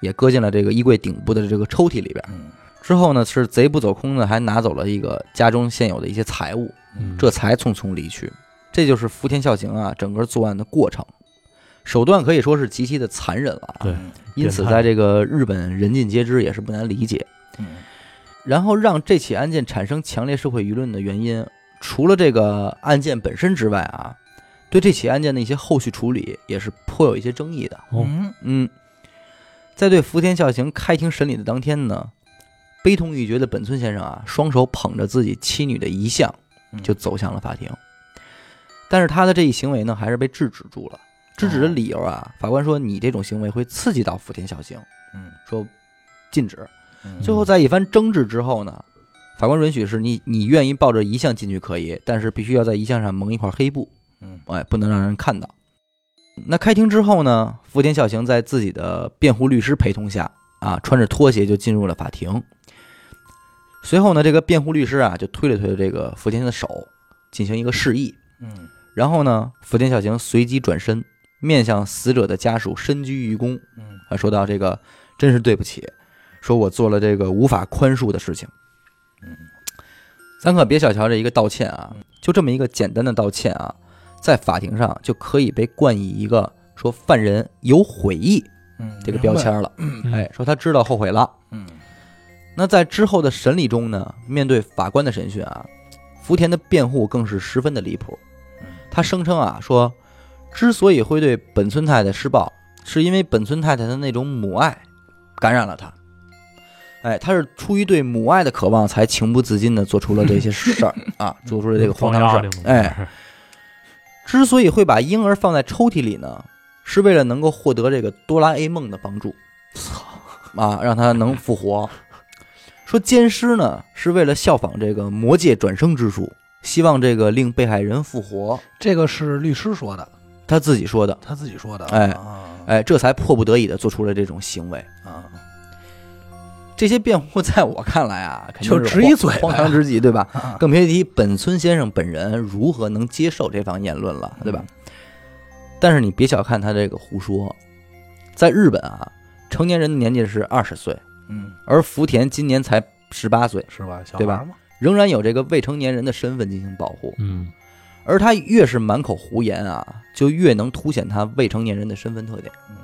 Speaker 1: 也搁进了这个衣柜顶部的这个抽屉里边。
Speaker 2: 嗯
Speaker 1: 之后呢，是贼不走空的，还拿走了一个家中现有的一些财物，
Speaker 3: 嗯
Speaker 1: 这才匆匆离去。这就是福田孝行啊，整个作案的过程，手段可以说是极其的残忍了啊。
Speaker 3: 对
Speaker 2: 嗯
Speaker 1: 因此，
Speaker 3: 变态
Speaker 1: 在这个日本人尽皆知，也是不难理解。
Speaker 2: 嗯
Speaker 1: 然后让这起案件产生强烈社会舆论的原因，除了这个案件本身之外啊，对这起案件的一些后续处理也是颇有一些争议的。
Speaker 3: 哦
Speaker 2: 嗯
Speaker 1: 嗯，在对福田孝行开庭审理的当天呢，悲痛欲绝的本村先生啊，双手捧着自己妻女的遗像，
Speaker 2: 嗯
Speaker 1: 就走向了法庭。但是他的这一行为呢，还是被制止住了。制
Speaker 2: 哦
Speaker 1: 止的理由啊，法官说你这种行为会刺激到福田孝行，
Speaker 2: 嗯
Speaker 1: 说禁止。
Speaker 2: 嗯
Speaker 1: 最后在一番争执之后呢，法官允许是你你愿意抱着遗像进去可以，但是必须要在遗像上蒙一块黑布，
Speaker 2: 嗯
Speaker 1: 哎，不能让人看到。那开庭之后呢，福田孝行在自己的辩护律师陪同下啊，穿着拖鞋就进入了法庭。随后呢，这个辩护律师啊就推了推这个福田的手，进行一个示意。
Speaker 2: 嗯
Speaker 1: 然后呢，福田孝行随即转身，面向死者的家属深鞠一躬，
Speaker 2: 嗯
Speaker 1: 啊，说到这个真是对不起，说我做了这个无法宽恕的事情。
Speaker 2: 嗯，
Speaker 1: 咱可别小瞧这一个道歉啊，就这么一个简单的道歉啊，在法庭上就可以被冠以一个说犯人有悔意
Speaker 2: 嗯，
Speaker 1: 这个标签了。
Speaker 3: 嗯
Speaker 1: 哎，说他知道后悔了。
Speaker 2: 明白，
Speaker 1: 那在之后的审理中呢，面对法官的审讯啊，福田的辩护更是十分的离谱
Speaker 2: 嗯。
Speaker 1: 他声称啊，说之所以会对本村太太施暴，是因为本村太太的那种母爱感染了他。哎，他是出于对母爱的渴望，才情不自禁的做出了这些事儿啊，做出了这个荒唐事儿。哎，，之所以会把婴儿放在抽屉里呢，是为了能够获得这个哆啦 A 梦的帮助，啊，让他能复活。说奸尸呢，是为了效仿这个魔界转生之术，希望这个令被害人复活。
Speaker 2: 这个是律师说的，
Speaker 1: 他自己说的，
Speaker 2: 他自己说的，
Speaker 1: 哎
Speaker 2: 啊
Speaker 1: 哎，这才迫不得已的做出了这种行为。
Speaker 2: 啊，
Speaker 1: 这些辩护在我看来 啊，肯定
Speaker 2: 就是只一嘴
Speaker 1: 荒荒
Speaker 2: 呗
Speaker 1: 唐之极，对 吧？
Speaker 2: 啊
Speaker 1: 更别提本村先生本人如何能接受这方言论
Speaker 2: 嗯
Speaker 1: 了，对吧？但是你别小看他这个胡说，在日本啊，成年人的年纪是二十岁，
Speaker 2: 嗯，
Speaker 1: 而福田今年才十八岁，
Speaker 2: 是吧？小
Speaker 1: 对
Speaker 2: 孩
Speaker 1: 吧
Speaker 2: 儿嘛，
Speaker 1: 仍然有这个未成年人的身份进行保护。
Speaker 3: 嗯
Speaker 1: 而他越是满口胡言啊，就越能凸显他未成年人的身份特点。啊
Speaker 2: 嗯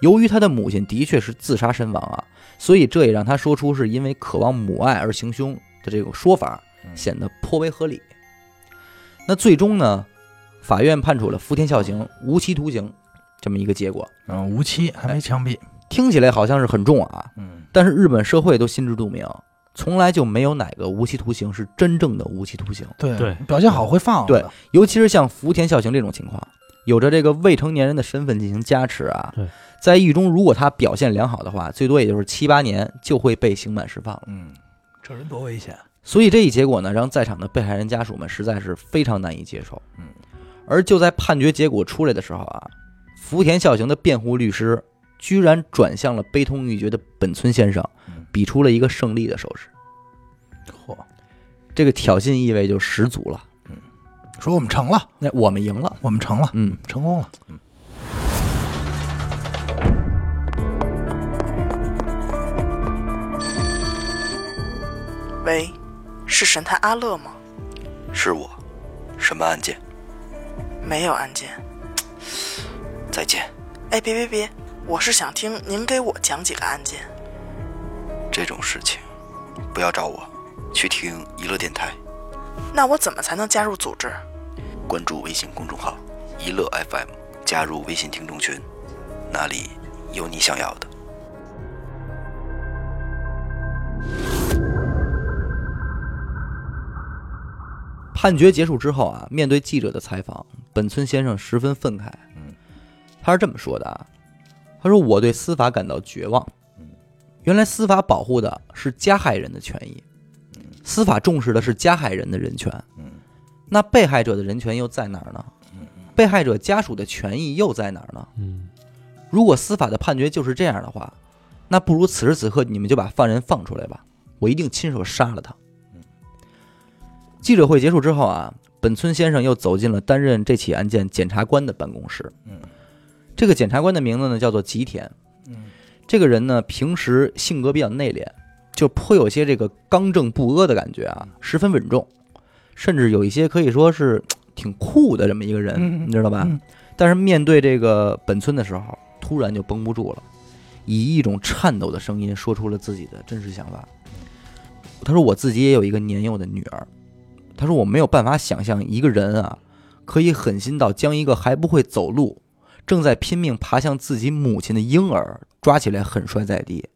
Speaker 1: 由于他的母亲的确是自杀身亡啊，所以这也让他说出是因为渴望母爱而行凶的这种说法，
Speaker 2: 嗯
Speaker 1: 显得颇为合理。那最终呢，法院判处了福田孝行无期徒刑这么一个结果，
Speaker 2: 嗯，无期还没枪毙，
Speaker 1: 听起来好像是很重啊，
Speaker 2: 嗯
Speaker 1: 但是日本社会都心知肚明，从来就没有哪个无期徒刑是真正的无期徒刑，
Speaker 2: 对
Speaker 3: 对
Speaker 2: 表现好会放
Speaker 1: 对
Speaker 2: 的，
Speaker 1: 尤其是像福田孝行这种情况，有着这个未成年人的身份进行加持啊
Speaker 3: 对，
Speaker 1: 在狱中如果他表现良好的话，最多也就是七八年就会被刑满释放了。
Speaker 2: 嗯，这人多危险，
Speaker 1: 所以这一结果呢，让在场的被害人家属们实在是非常难以接受。
Speaker 2: 嗯，
Speaker 1: 而就在判决结果出来的时候啊，福田孝行的辩护律师居然转向了悲痛欲绝的本村先生
Speaker 2: 嗯，
Speaker 1: 比出了一个胜利的手势，
Speaker 2: 嚯，
Speaker 1: 这个挑衅意味就十足了。
Speaker 2: 说我们成了，
Speaker 1: 那我们赢了，
Speaker 2: 我们成了，
Speaker 1: 嗯，
Speaker 2: 成功了，
Speaker 4: 喂，是神探阿乐吗？
Speaker 5: 是我，什么案件？
Speaker 4: 没有案件。
Speaker 5: 再见，
Speaker 4: 哎，别别别，我是想听您给我讲几个案件。
Speaker 5: 这种事情不要找我，去听娱乐电台，
Speaker 4: 那我怎么才能加入组织？
Speaker 5: 关注微信公众号“娱乐 FM”，加入微信听众群，那里有你想要的。
Speaker 1: 判决结束之后啊，面对记者的采访，本村先生十分愤慨。
Speaker 2: 嗯，
Speaker 1: 他是这么说的啊，他说：“我对司法感到绝望
Speaker 2: 嗯。
Speaker 1: 原来司法保护的是加害人的权益，司法重视的是加害人的人权。
Speaker 2: 嗯
Speaker 1: 那被害者的人权又在哪儿呢？被害者家属的权益又在哪儿呢？
Speaker 3: 嗯
Speaker 1: 如果司法的判决就是这样的话，那不如此时此刻你们就把犯人放出来吧，我一定亲手杀了他
Speaker 2: 嗯。
Speaker 1: 记者会结束之后啊，本村先生又走进了担任这起案件检察官的办公室。
Speaker 2: 嗯
Speaker 1: 这个检察官的名字呢叫做吉田，
Speaker 2: 嗯
Speaker 1: 这个人呢平时性格比较内敛，就颇有些这个刚正不阿的感觉
Speaker 2: 嗯
Speaker 1: 啊，十分稳重，甚至有一些可以说是挺酷的这么一个人，
Speaker 2: 嗯
Speaker 1: 你知道吧？
Speaker 2: 嗯
Speaker 1: 但是面对这个本村的时候，突然就绷不住了，以一种颤抖的声音说出了自己的真实想法。
Speaker 2: 嗯
Speaker 1: 他说：“我自己也有一个年幼的女儿。”他说：“我没有办法想象一个人啊，可以狠心到将一个还不会走路、正在拼命爬向自己母亲的婴儿抓起来狠摔在地。”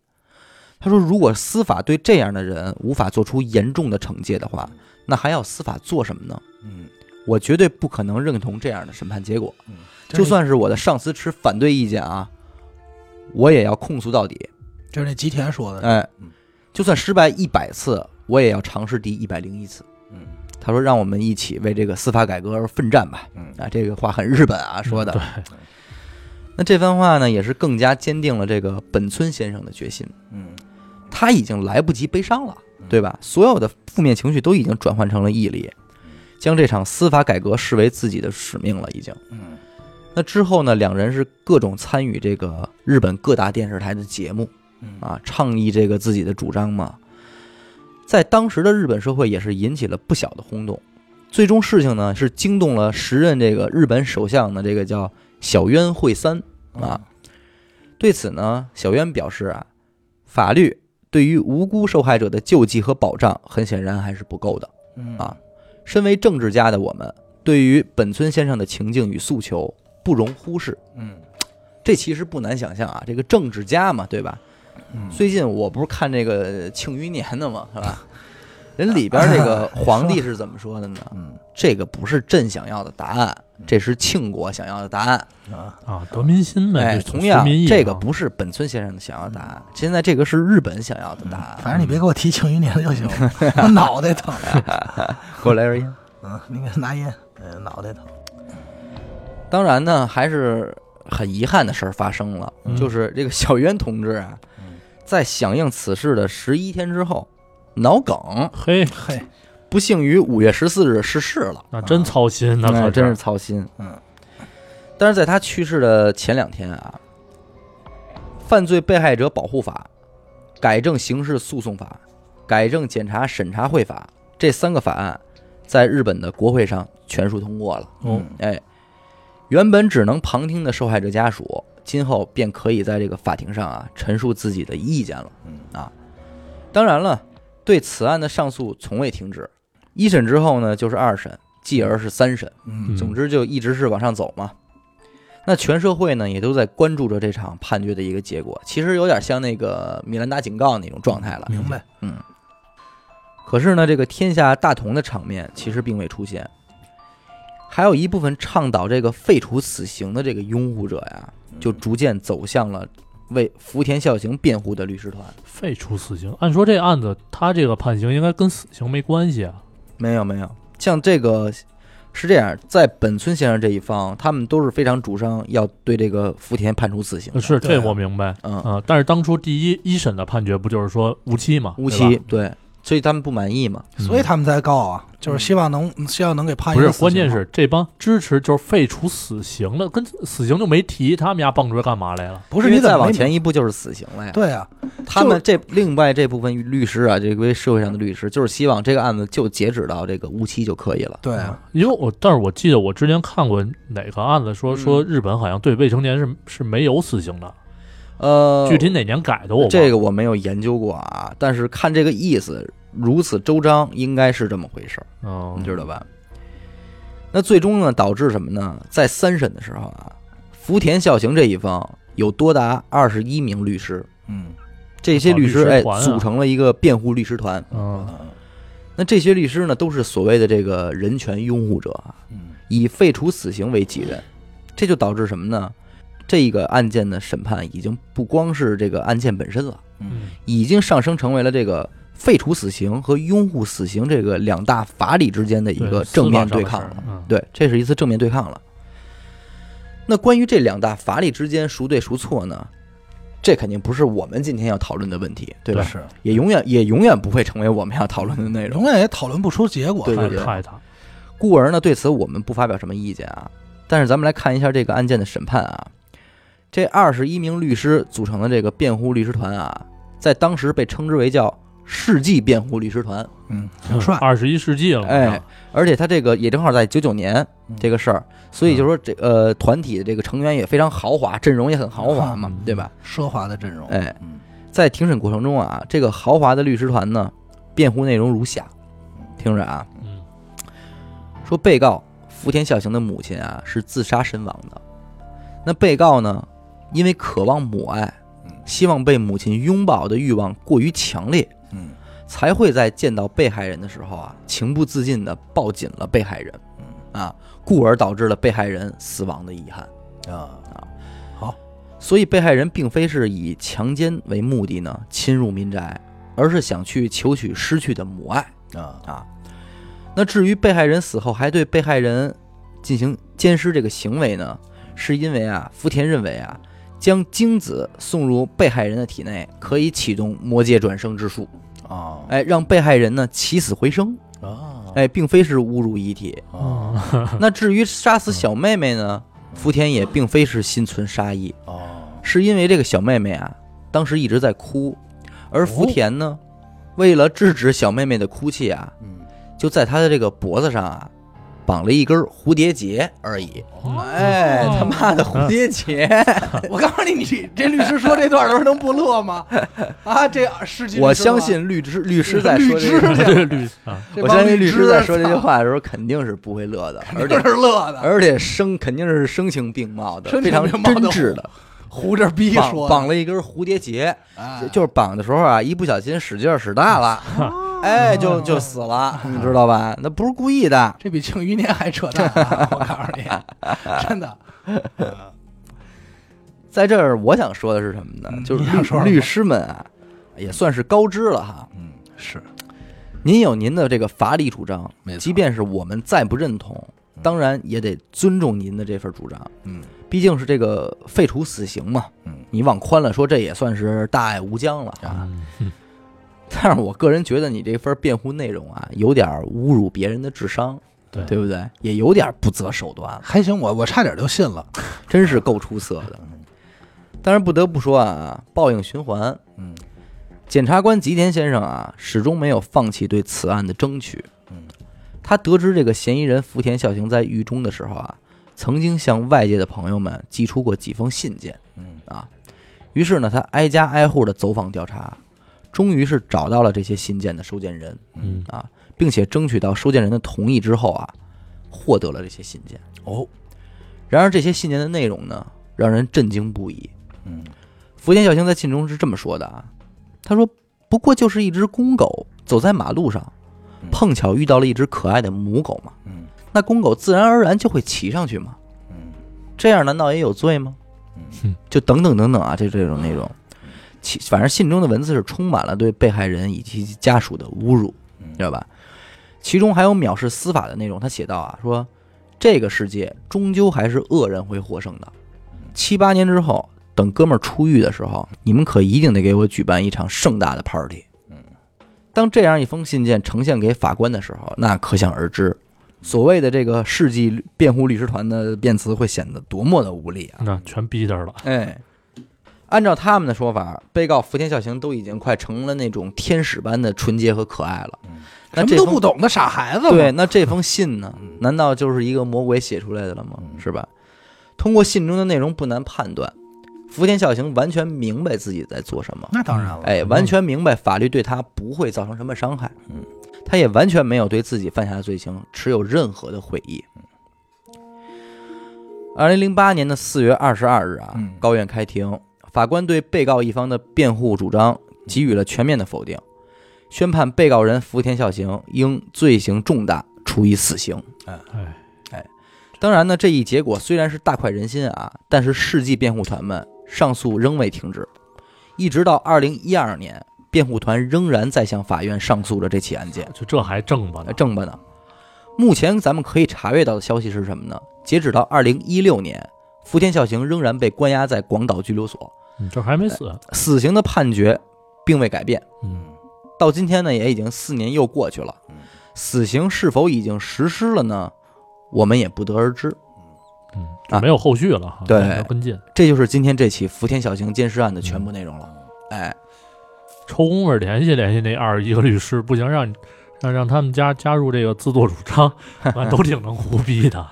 Speaker 1: 他说：“如果司法对这样的人无法做出严重的惩戒的话，那还要司法做什么呢？
Speaker 2: 嗯，
Speaker 1: 我绝对不可能认同这样的审判结果。”
Speaker 2: 这
Speaker 1: 就是算是我的上司持反对意见啊，我也要控诉到底。
Speaker 2: 这是那吉田说的，
Speaker 1: 哎
Speaker 2: 嗯，
Speaker 1: 就算失败一百次，我也要尝试第一百零一次。
Speaker 2: 嗯
Speaker 1: 他说：“让我们一起为这个司法改革而奋战吧。”
Speaker 2: 嗯
Speaker 1: 啊，这个话很日本啊说的。
Speaker 3: 对，
Speaker 1: 那这番话呢，也是更加坚定了这个本村先生的决心。
Speaker 2: 嗯
Speaker 1: 他已经来不及悲伤了，
Speaker 2: 嗯
Speaker 1: 对吧？所有的负面情绪都已经转换成了毅力，将这场司法改革视为自己的使命了，已经。
Speaker 2: 嗯
Speaker 1: 那之后呢，两人是各种参与这个日本各大电视台的节目
Speaker 2: 嗯
Speaker 1: 啊，倡议这个自己的主张嘛，在当时的日本社会也是引起了不小的轰动。最终事情呢是惊动了时任这个日本首相的这个叫小渊惠三。啊，对此呢，小渊表示啊，法律对于无辜受害者的救济和保障，很显然还是不够的。
Speaker 2: 嗯
Speaker 1: 啊，身为政治家的我们，对于本村先生的情境与诉求不容忽视。
Speaker 2: 嗯
Speaker 1: 这其实不难想象啊，这个政治家嘛，对吧？
Speaker 2: 嗯
Speaker 1: 最近我不是看这个《庆余年》的嘛，是吧？人里边这个皇帝 是怎么说的呢？
Speaker 2: 嗯
Speaker 1: 这个不是朕想要的答案，这是庆国想要的答案。
Speaker 2: 啊，
Speaker 3: 啊，得民心呗，
Speaker 1: 哎，
Speaker 3: 这
Speaker 1: 同样
Speaker 3: 说民意，
Speaker 1: 这个
Speaker 3: 啊
Speaker 1: 不是本村先生想要的答案，现在这个是日本想要的答案。
Speaker 2: 反
Speaker 3: 嗯
Speaker 2: 正你别给我提庆余年就行，我脑袋疼。
Speaker 1: 给我来根烟。
Speaker 2: 嗯，那个拿烟，呃，脑袋疼。
Speaker 1: 当然呢，还是很遗憾的事儿发生了，
Speaker 3: 嗯
Speaker 1: 就是这个小渊同志啊
Speaker 2: 嗯，
Speaker 1: 在响应此事的十一天之后，脑梗
Speaker 3: 嘿，
Speaker 2: 嘿，
Speaker 1: 不幸于五月十四日逝世了。
Speaker 3: 那真操心，那
Speaker 1: 哎
Speaker 3: 可
Speaker 1: 真是操心。
Speaker 2: 嗯，
Speaker 1: 但是在他去世的前两天啊，《犯罪被害者保护法》、改正刑事诉讼法、改正检察审查会法这三个法案，在日本的国会上全数通过了。
Speaker 3: 哦，
Speaker 1: 哎，原本只能旁听的受害者家属，今后便可以在这个法庭上啊陈述自己的意见了。
Speaker 2: 嗯
Speaker 1: 啊，当然了，对此案的上诉从未停止。一审之后呢，就是二审，继而是三审。
Speaker 2: 嗯
Speaker 1: 总之就一直是往上走嘛。那全社会呢也都在关注着这场判决的一个结果，其实有点像那个米兰达警告那种状态了。
Speaker 2: 明白。
Speaker 1: 可是呢，这个天下大同的场面其实并未出现，还有一部分倡导这个废除死刑的这个拥护者呀，就逐渐走向了为福田孝行辩护的律师团。
Speaker 3: 废除死刑。按说这案子他这个判刑应该跟死刑没关系啊。
Speaker 1: 没有没有，像这个是这样，在本村先生这一方，他们都是非常主张要对这个福田判处死刑的。
Speaker 3: 是
Speaker 2: 对啊
Speaker 3: 这我明白
Speaker 1: 嗯，
Speaker 3: 啊，但是当初第一一审的判决不就是说无期嘛？
Speaker 1: 无
Speaker 3: 对
Speaker 1: 期
Speaker 3: 吧，
Speaker 1: 对，所以他们不满意嘛。
Speaker 3: 嗯
Speaker 2: 所以他们才告啊，就是希望能希望能给判一
Speaker 3: 不
Speaker 2: 个
Speaker 3: 是
Speaker 2: 死刑
Speaker 3: 关键是这帮支持就是废除死刑的，跟死刑就没提，他们家蹦出来干嘛来了？
Speaker 2: 不是
Speaker 1: 因为
Speaker 2: 你怎
Speaker 1: 再
Speaker 2: 么没
Speaker 1: 往前一步就是死刑了呀。
Speaker 2: 对啊，
Speaker 1: 他们这另外这部分律师啊，这位社会上的律师，就是希望这个案子就截止到这个无期就可以了。
Speaker 2: 对啊，
Speaker 3: 因为我但是我记得我之前看过哪个案子说
Speaker 1: 嗯
Speaker 3: 说日本好像对未成年是是没有死刑的，
Speaker 1: 呃，
Speaker 3: 具体哪年改的我忘了
Speaker 1: 这个我没有研究过啊，但是看这个意思，如此周章，应该是这么回事儿，
Speaker 3: 嗯
Speaker 1: 你知道吧？那最终呢，导致什么呢？在三审的时候啊，福田孝行这一方有多达二十一名律师，
Speaker 2: 嗯
Speaker 1: 这些
Speaker 3: 哦
Speaker 1: 律
Speaker 3: 律
Speaker 1: 师
Speaker 3: 师
Speaker 1: 哎
Speaker 3: 团啊
Speaker 1: 组成了一个辩护律师团。
Speaker 3: 嗯
Speaker 1: 那这些律师呢，都是所谓的这个人权拥护者啊，
Speaker 2: 嗯
Speaker 1: 以废除死刑为己任，这就导致什么呢？这个案件的审判已经不光是这个案件本身了，
Speaker 3: 嗯
Speaker 1: 已经上升成为了这个废除死刑和拥护死刑这个两大法理之间的一个正面对抗了。啊
Speaker 3: 了，
Speaker 1: 对，这是一次正面对抗了。那关于这两大法理之间孰对孰错呢？这肯定不是我们今天要讨论的问题，对吧？
Speaker 2: 是，
Speaker 1: 也永远也永远不会成为我们要讨论的内容
Speaker 2: 永。远也讨论不出结果
Speaker 1: 对。
Speaker 3: 太
Speaker 1: 对啊对
Speaker 3: 太他，
Speaker 1: 故而呢，对此我们不发表什么意见啊。但是咱们来看一下这个案件的审判啊。这二十一名律师组成的这个辩护律师团啊，在当时被称之为叫“世纪辩护律师团
Speaker 2: 嗯，挺帅。
Speaker 3: 二十一世纪了，”。
Speaker 1: 哎，而且他这个也正好在九九年这个事儿，所以就说这呃团体的这个成员也非常豪华，阵容也很豪华嘛
Speaker 3: 嗯，
Speaker 1: 对吧？
Speaker 2: 奢华的阵容。
Speaker 1: 哎
Speaker 2: 嗯，
Speaker 1: 在庭审过程中啊，这个豪华的律师团呢，辩护内容如下，听着啊，
Speaker 3: 嗯
Speaker 1: 说被告福田孝行的母亲啊是自杀身亡的。那被告呢，因为渴望母爱，希望被母亲拥抱的欲望过于强烈，
Speaker 2: 嗯
Speaker 1: 才会在见到被害人的时候啊，情不自禁地抱紧了被害人，啊，故而导致了被害人死亡的遗憾。
Speaker 2: 啊，
Speaker 1: 所以被害人并非是以强奸为目的呢侵入民宅，而是想去求取失去的母爱。
Speaker 2: 啊，
Speaker 1: 啊。那至于被害人死后还对被害人进行奸尸这个行为呢，是因为啊，福田认为啊，将精子送入被害人的体内可以启动魔界转生之术，
Speaker 2: 啊，
Speaker 1: 哎，让被害人呢起死回生，
Speaker 2: 啊，
Speaker 1: 哎，并非是侮辱遗体。
Speaker 3: 哦
Speaker 2: 啊，
Speaker 1: 哦那至于杀死小妹妹呢，福田也并非是心存杀意，
Speaker 2: 啊，
Speaker 1: 是因为这个小妹妹啊，当时一直在哭，而
Speaker 2: 哦
Speaker 1: 福田呢，为了制止小妹妹的哭泣啊，
Speaker 2: 嗯，
Speaker 1: 就在他的这个脖子上啊，绑了一根蝴蝶结而已。
Speaker 2: 哦
Speaker 3: 嗯
Speaker 1: 哎，他妈的蝴蝶结！
Speaker 2: 我告诉你，你这律师说这段的时候能不乐吗？啊，这世纪，
Speaker 1: 我相，信 律师律师在说这
Speaker 2: 律
Speaker 1: 个，
Speaker 2: 师
Speaker 3: 这律啊，
Speaker 2: 这
Speaker 1: 我
Speaker 2: 帮
Speaker 1: 相信律师在说这句
Speaker 2: 操，
Speaker 1: 话的时候肯定是不会乐的，而
Speaker 2: 这
Speaker 1: 且
Speaker 2: 是乐的，
Speaker 1: 而且生肯定是声情并茂的，
Speaker 2: 声
Speaker 1: 非
Speaker 2: 情
Speaker 1: 常
Speaker 2: 并
Speaker 1: 真
Speaker 2: 茂的
Speaker 1: 挚的，
Speaker 2: 胡这逼
Speaker 1: 绑
Speaker 2: 说的，
Speaker 1: 绑了一根蝴蝶结，
Speaker 2: 哎
Speaker 1: 就是绑的时候啊，一不小心使劲儿使大
Speaker 2: 啊
Speaker 1: 了，哎，就就死了，你知道吧？那不是故意的。
Speaker 2: 这比庆余年还扯淡啊，我告诉 你，真的，
Speaker 1: 在这儿，我想说的是什么呢？
Speaker 2: 嗯
Speaker 1: 就是
Speaker 2: 你想说什么
Speaker 1: 律律师们啊，也算是高知了哈。
Speaker 2: 嗯，是
Speaker 1: 您有您的这个法理主张
Speaker 2: 没，错
Speaker 1: 即便是我们再不认同，当然也得尊重您的这份主张。
Speaker 2: 嗯，
Speaker 1: 毕竟是这个废除死刑嘛。
Speaker 2: 嗯，
Speaker 1: 你往宽了说，这也算是大爱无疆了啊。
Speaker 3: 嗯
Speaker 1: 但是我个人觉得你这份辩护内容啊，有点侮辱别人的智商，
Speaker 3: 对
Speaker 1: 对不对？也有点不择手段了，
Speaker 2: 还行，我我差点就信了，
Speaker 1: 真是够出色的。但是不得不说啊，报应循环，
Speaker 2: 嗯
Speaker 1: 检察官吉田先生啊，始终没有放弃对此案的争取。
Speaker 2: 嗯，
Speaker 1: 他得知这个嫌疑人福田孝行在狱中的时候啊，曾经向外界的朋友们寄出过几封信件
Speaker 2: 嗯
Speaker 1: 啊。于是呢，他挨家挨户的走访调查，终于是找到了这些信件的收件人
Speaker 3: 嗯
Speaker 1: 啊，并且争取到收件人的同意之后啊，获得了这些信件。
Speaker 2: 哦，
Speaker 1: 然而，这些信件的内容呢，让人震惊不已。
Speaker 2: 嗯
Speaker 1: 福田孝行在信中是这么说的啊，他说：“不过就是一只公狗走在马路上，碰巧遇到了一只可爱的母狗嘛，
Speaker 2: 嗯
Speaker 1: 那公狗自然而然就会骑上去嘛，
Speaker 2: 嗯
Speaker 1: 这样难道也有罪吗？”
Speaker 3: 嗯
Speaker 1: 就等等等等啊，这这种内容，其反正信中的文字是充满了对被害人以及其家属的侮辱，知道吧？其中还有藐视司法的内容。他写道啊，说这个世界终究还是恶人会获胜的。七八年之后，等哥们儿出狱的时候，你们可一定得给我举办一场盛大的 party。当这样一封信件呈现给法官的时候，那可想而知，所谓的这个世纪辩护律师团的辩词会显得多么的无力啊！
Speaker 3: 那全逼这儿了，
Speaker 1: 哎，按照他们的说法，被告福田孝行都已经快成了那种天使般的纯洁和可爱了。那
Speaker 2: 什
Speaker 1: 这
Speaker 2: 么都
Speaker 1: 封
Speaker 2: 不懂的傻孩子嘛，
Speaker 1: 对，那这封信呢？难道就是一个魔鬼写出来的了吗？是吧？通过信中的内容不难判断，福田孝行完全明白自己在做什么。
Speaker 2: 那当然了，
Speaker 1: 哎，完全明白法律对他不会造成什么伤害，嗯，他也完
Speaker 2: 嗯
Speaker 1: 全没有对自己犯下的罪行持有任何的悔意。二零零八年的四月二十二日啊
Speaker 2: 嗯，
Speaker 1: 高院开庭，法官对被告一方的辩护主张给予了全面的否定，宣判被告人福田孝行应罪行重大，处以死刑。
Speaker 3: 哎，
Speaker 1: 当然呢，这一结果虽然是大快人心啊，但是世纪辩护团们上诉仍未停止，一直到二零一二年，辩护团仍然在向法院上诉着这起案件。
Speaker 3: 就这还正吧呢
Speaker 1: 呃，？正吧呢。目前咱们可以查阅到的消息是什么呢？截止到二零一六年，福田孝行仍然被关押在广岛拘留所，
Speaker 3: 你嗯这还没死，
Speaker 1: 死刑的判决并未改变。
Speaker 3: 嗯，
Speaker 1: 到今天呢，也已经四年又过去了
Speaker 2: 嗯，
Speaker 1: 死刑是否已经实施了呢？我们也不得而知。
Speaker 3: 嗯，
Speaker 1: 啊
Speaker 3: 没有后续了哈，
Speaker 1: 对
Speaker 3: 没有跟进，
Speaker 1: 这就是今天这起福田小行奸尸案的全
Speaker 3: 嗯
Speaker 1: 部内容了。哎，
Speaker 3: 抽工夫联系联系那二十一个律师，不行让你让让他们加加入这个自作主 张，啊都挺能胡逼的。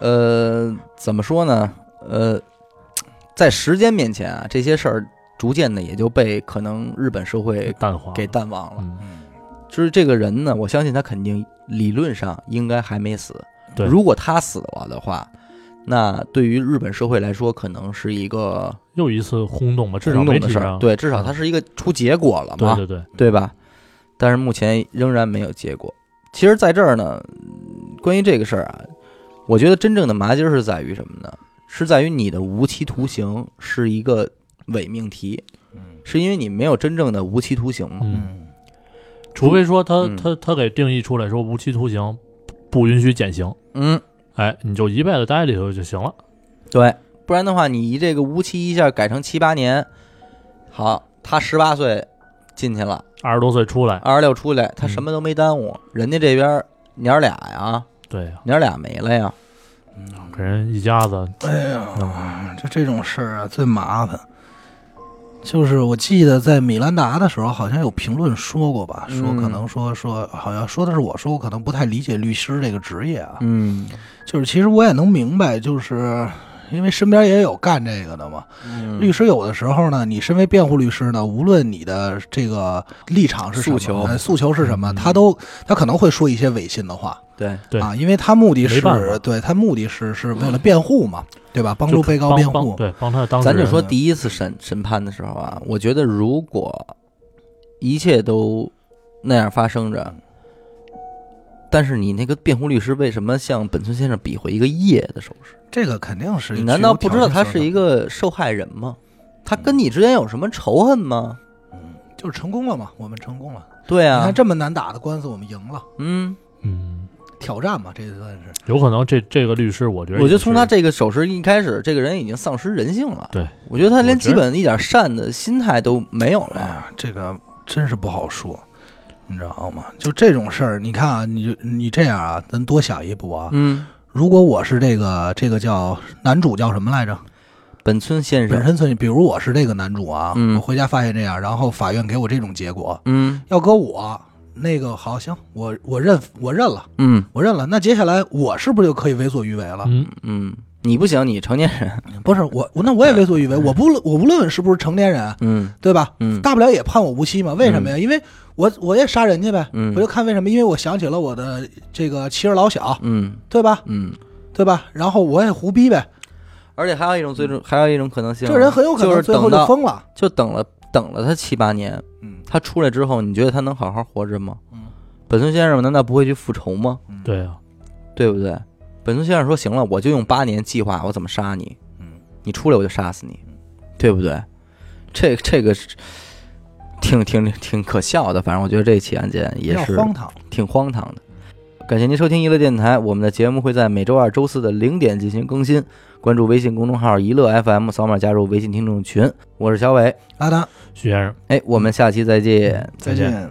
Speaker 1: 呃，怎么说呢？呃，在时间面前啊，这些事儿逐渐的也就被可能日本社会
Speaker 3: 淡黄
Speaker 1: 给淡忘了。
Speaker 3: 嗯，
Speaker 1: 就是这个人呢，我相信他肯定理论上应该还没死。
Speaker 3: 对
Speaker 1: 如果他死了的话，那对于日本社会来说，可能是一个
Speaker 3: 又一次轰动吧，至少
Speaker 1: 轰动
Speaker 3: 媒
Speaker 1: 的
Speaker 3: 体
Speaker 1: 事
Speaker 3: 上嗯
Speaker 1: 儿。，对，至少他是一个出结果了嘛，
Speaker 3: 对对对，
Speaker 1: 对吧？但是目前仍然没有结果。其实，在这儿呢，嗯关于这个事儿啊，我觉得真正的麻筋儿是在于什么呢？是在于你的无期徒刑是一个伪命题，
Speaker 2: 嗯
Speaker 1: 是因为你没有真正的无期徒刑嘛。
Speaker 3: 嗯，
Speaker 2: 嗯
Speaker 3: 除非说他
Speaker 1: 嗯
Speaker 3: 他他给定义出来说无期徒刑，不允许减刑，
Speaker 1: 嗯，
Speaker 3: 哎，你就一辈子待里头就行了。
Speaker 1: 对，不然的话，你这个无期一下改成七八年，好，他十八岁进去了，
Speaker 3: 二十多岁出来，
Speaker 1: 二十六出来，他
Speaker 3: 嗯
Speaker 1: 什么都没耽误，人家这边娘儿俩呀，
Speaker 3: 对呀，
Speaker 1: 娘儿俩没了呀，嗯
Speaker 3: 给人一家子，
Speaker 2: 哎呀，就这种事儿啊，最麻烦。就是我记得在米兰达的时候，好像有评论说过吧，说可
Speaker 1: 嗯
Speaker 2: 能说说好像说的是我说我可能不太理解律师这个职业啊，
Speaker 1: 嗯
Speaker 2: 就是其实我也能明白，就是因为身边也有干这个的嘛。
Speaker 3: 嗯
Speaker 2: 律师有的时候呢，你身为辩护律师呢，无论你的这个立场是什么，
Speaker 1: 诉求
Speaker 2: 呃诉求是什么，
Speaker 3: 嗯
Speaker 2: 他都他可能会说一些违心的话
Speaker 1: 对，
Speaker 3: 对
Speaker 2: 啊，因为他目的
Speaker 3: 没
Speaker 2: 是
Speaker 3: 办法嗯
Speaker 2: 对他目的是是为了辩护嘛，对吧？帮助
Speaker 3: 就
Speaker 2: 被告
Speaker 3: 帮
Speaker 2: 辩
Speaker 3: 帮
Speaker 2: 护，
Speaker 3: 对，帮他当事
Speaker 1: 咱
Speaker 3: 人。
Speaker 1: 就说第一次审审判的时候啊，我觉得如果一切都那样发生着。但是你那个辩护律师为什么向本村先生比划一个耶的手势？
Speaker 2: 这个肯定是
Speaker 1: 你难道不知道他是一
Speaker 2: 个
Speaker 1: 个受害人吗？他跟你之间有什么仇恨吗？
Speaker 2: 就是成功了嘛？我们成功了，
Speaker 1: 对
Speaker 2: 你
Speaker 1: 啊
Speaker 2: 看，这么难打的官司我们赢了，
Speaker 1: 嗯，
Speaker 3: 嗯，
Speaker 2: 挑战嘛，这算是
Speaker 3: 有可能这这个律师，我觉得
Speaker 1: 我觉
Speaker 3: 也
Speaker 1: 得从
Speaker 3: 是
Speaker 1: 他这个手势一开始，这个人已经丧失人性了。
Speaker 3: 对，
Speaker 1: 我觉得他连基
Speaker 3: 我觉
Speaker 1: 本一点善的心态都没有了。
Speaker 2: 哎呀，这个真是不好说，你知道吗？就这种事儿，你看啊，你就你这样啊，咱多想一步啊。
Speaker 1: 嗯，
Speaker 2: 如果我是这个这个叫男主叫什么来着？
Speaker 1: 本村先
Speaker 2: 本
Speaker 1: 生，
Speaker 2: 身村，比如我是这个男主啊，
Speaker 1: 嗯
Speaker 2: 我回家发现这样，然后法院给我这种结果，
Speaker 1: 嗯
Speaker 2: 要搁我那个好行，我我认我认了，
Speaker 1: 嗯
Speaker 2: 我认了。那接下来我是不是就可以为所欲为了？
Speaker 3: 嗯，
Speaker 1: 嗯，你不行，你成年人。
Speaker 2: 不是我，我那我也为所欲为，我不我无论是不是成年人，
Speaker 1: 嗯
Speaker 2: 对吧？
Speaker 1: 嗯
Speaker 2: 大不了也判我无期嘛？为什么呀？因为我我也杀人去呗，
Speaker 1: 嗯
Speaker 2: 我就看为什么？因为我想起了我的这个妻儿老小，
Speaker 1: 嗯
Speaker 2: 对吧？
Speaker 1: 嗯，
Speaker 2: 对吧？然后我也胡逼呗，
Speaker 1: 而且还有一种最终，还有一种可能性，
Speaker 2: 嗯
Speaker 1: 啊
Speaker 2: 这人很有可
Speaker 1: 就
Speaker 2: 能
Speaker 1: 是
Speaker 2: 最后
Speaker 1: 等
Speaker 2: 就
Speaker 1: 到
Speaker 2: 疯了。
Speaker 1: 就等了等了他七八年，
Speaker 2: 嗯
Speaker 1: 他出来之后，你觉得他能好好活着吗？
Speaker 2: 嗯
Speaker 1: 本村先生难道不会去复仇吗？
Speaker 3: 对啊，
Speaker 1: 对不对？本村先生说：“行了，我就用八年计划，我怎么杀你？
Speaker 2: 嗯，
Speaker 1: 你出来我就杀死你，对不对？这这个是挺挺挺可笑的，反正我觉得这起案件
Speaker 2: 比
Speaker 1: 也
Speaker 2: 较
Speaker 1: 是
Speaker 2: 荒唐。
Speaker 1: 挺荒唐的。感谢您收听娱乐电台，我们的节目会在每周二、周四的零点进行更新。关注微信公众号“娱乐 FM”，扫码加入微信听众群。我是小伟，
Speaker 2: 阿达，
Speaker 3: 徐先生，
Speaker 1: 哎，我们下期再见。
Speaker 3: 再见
Speaker 2: 见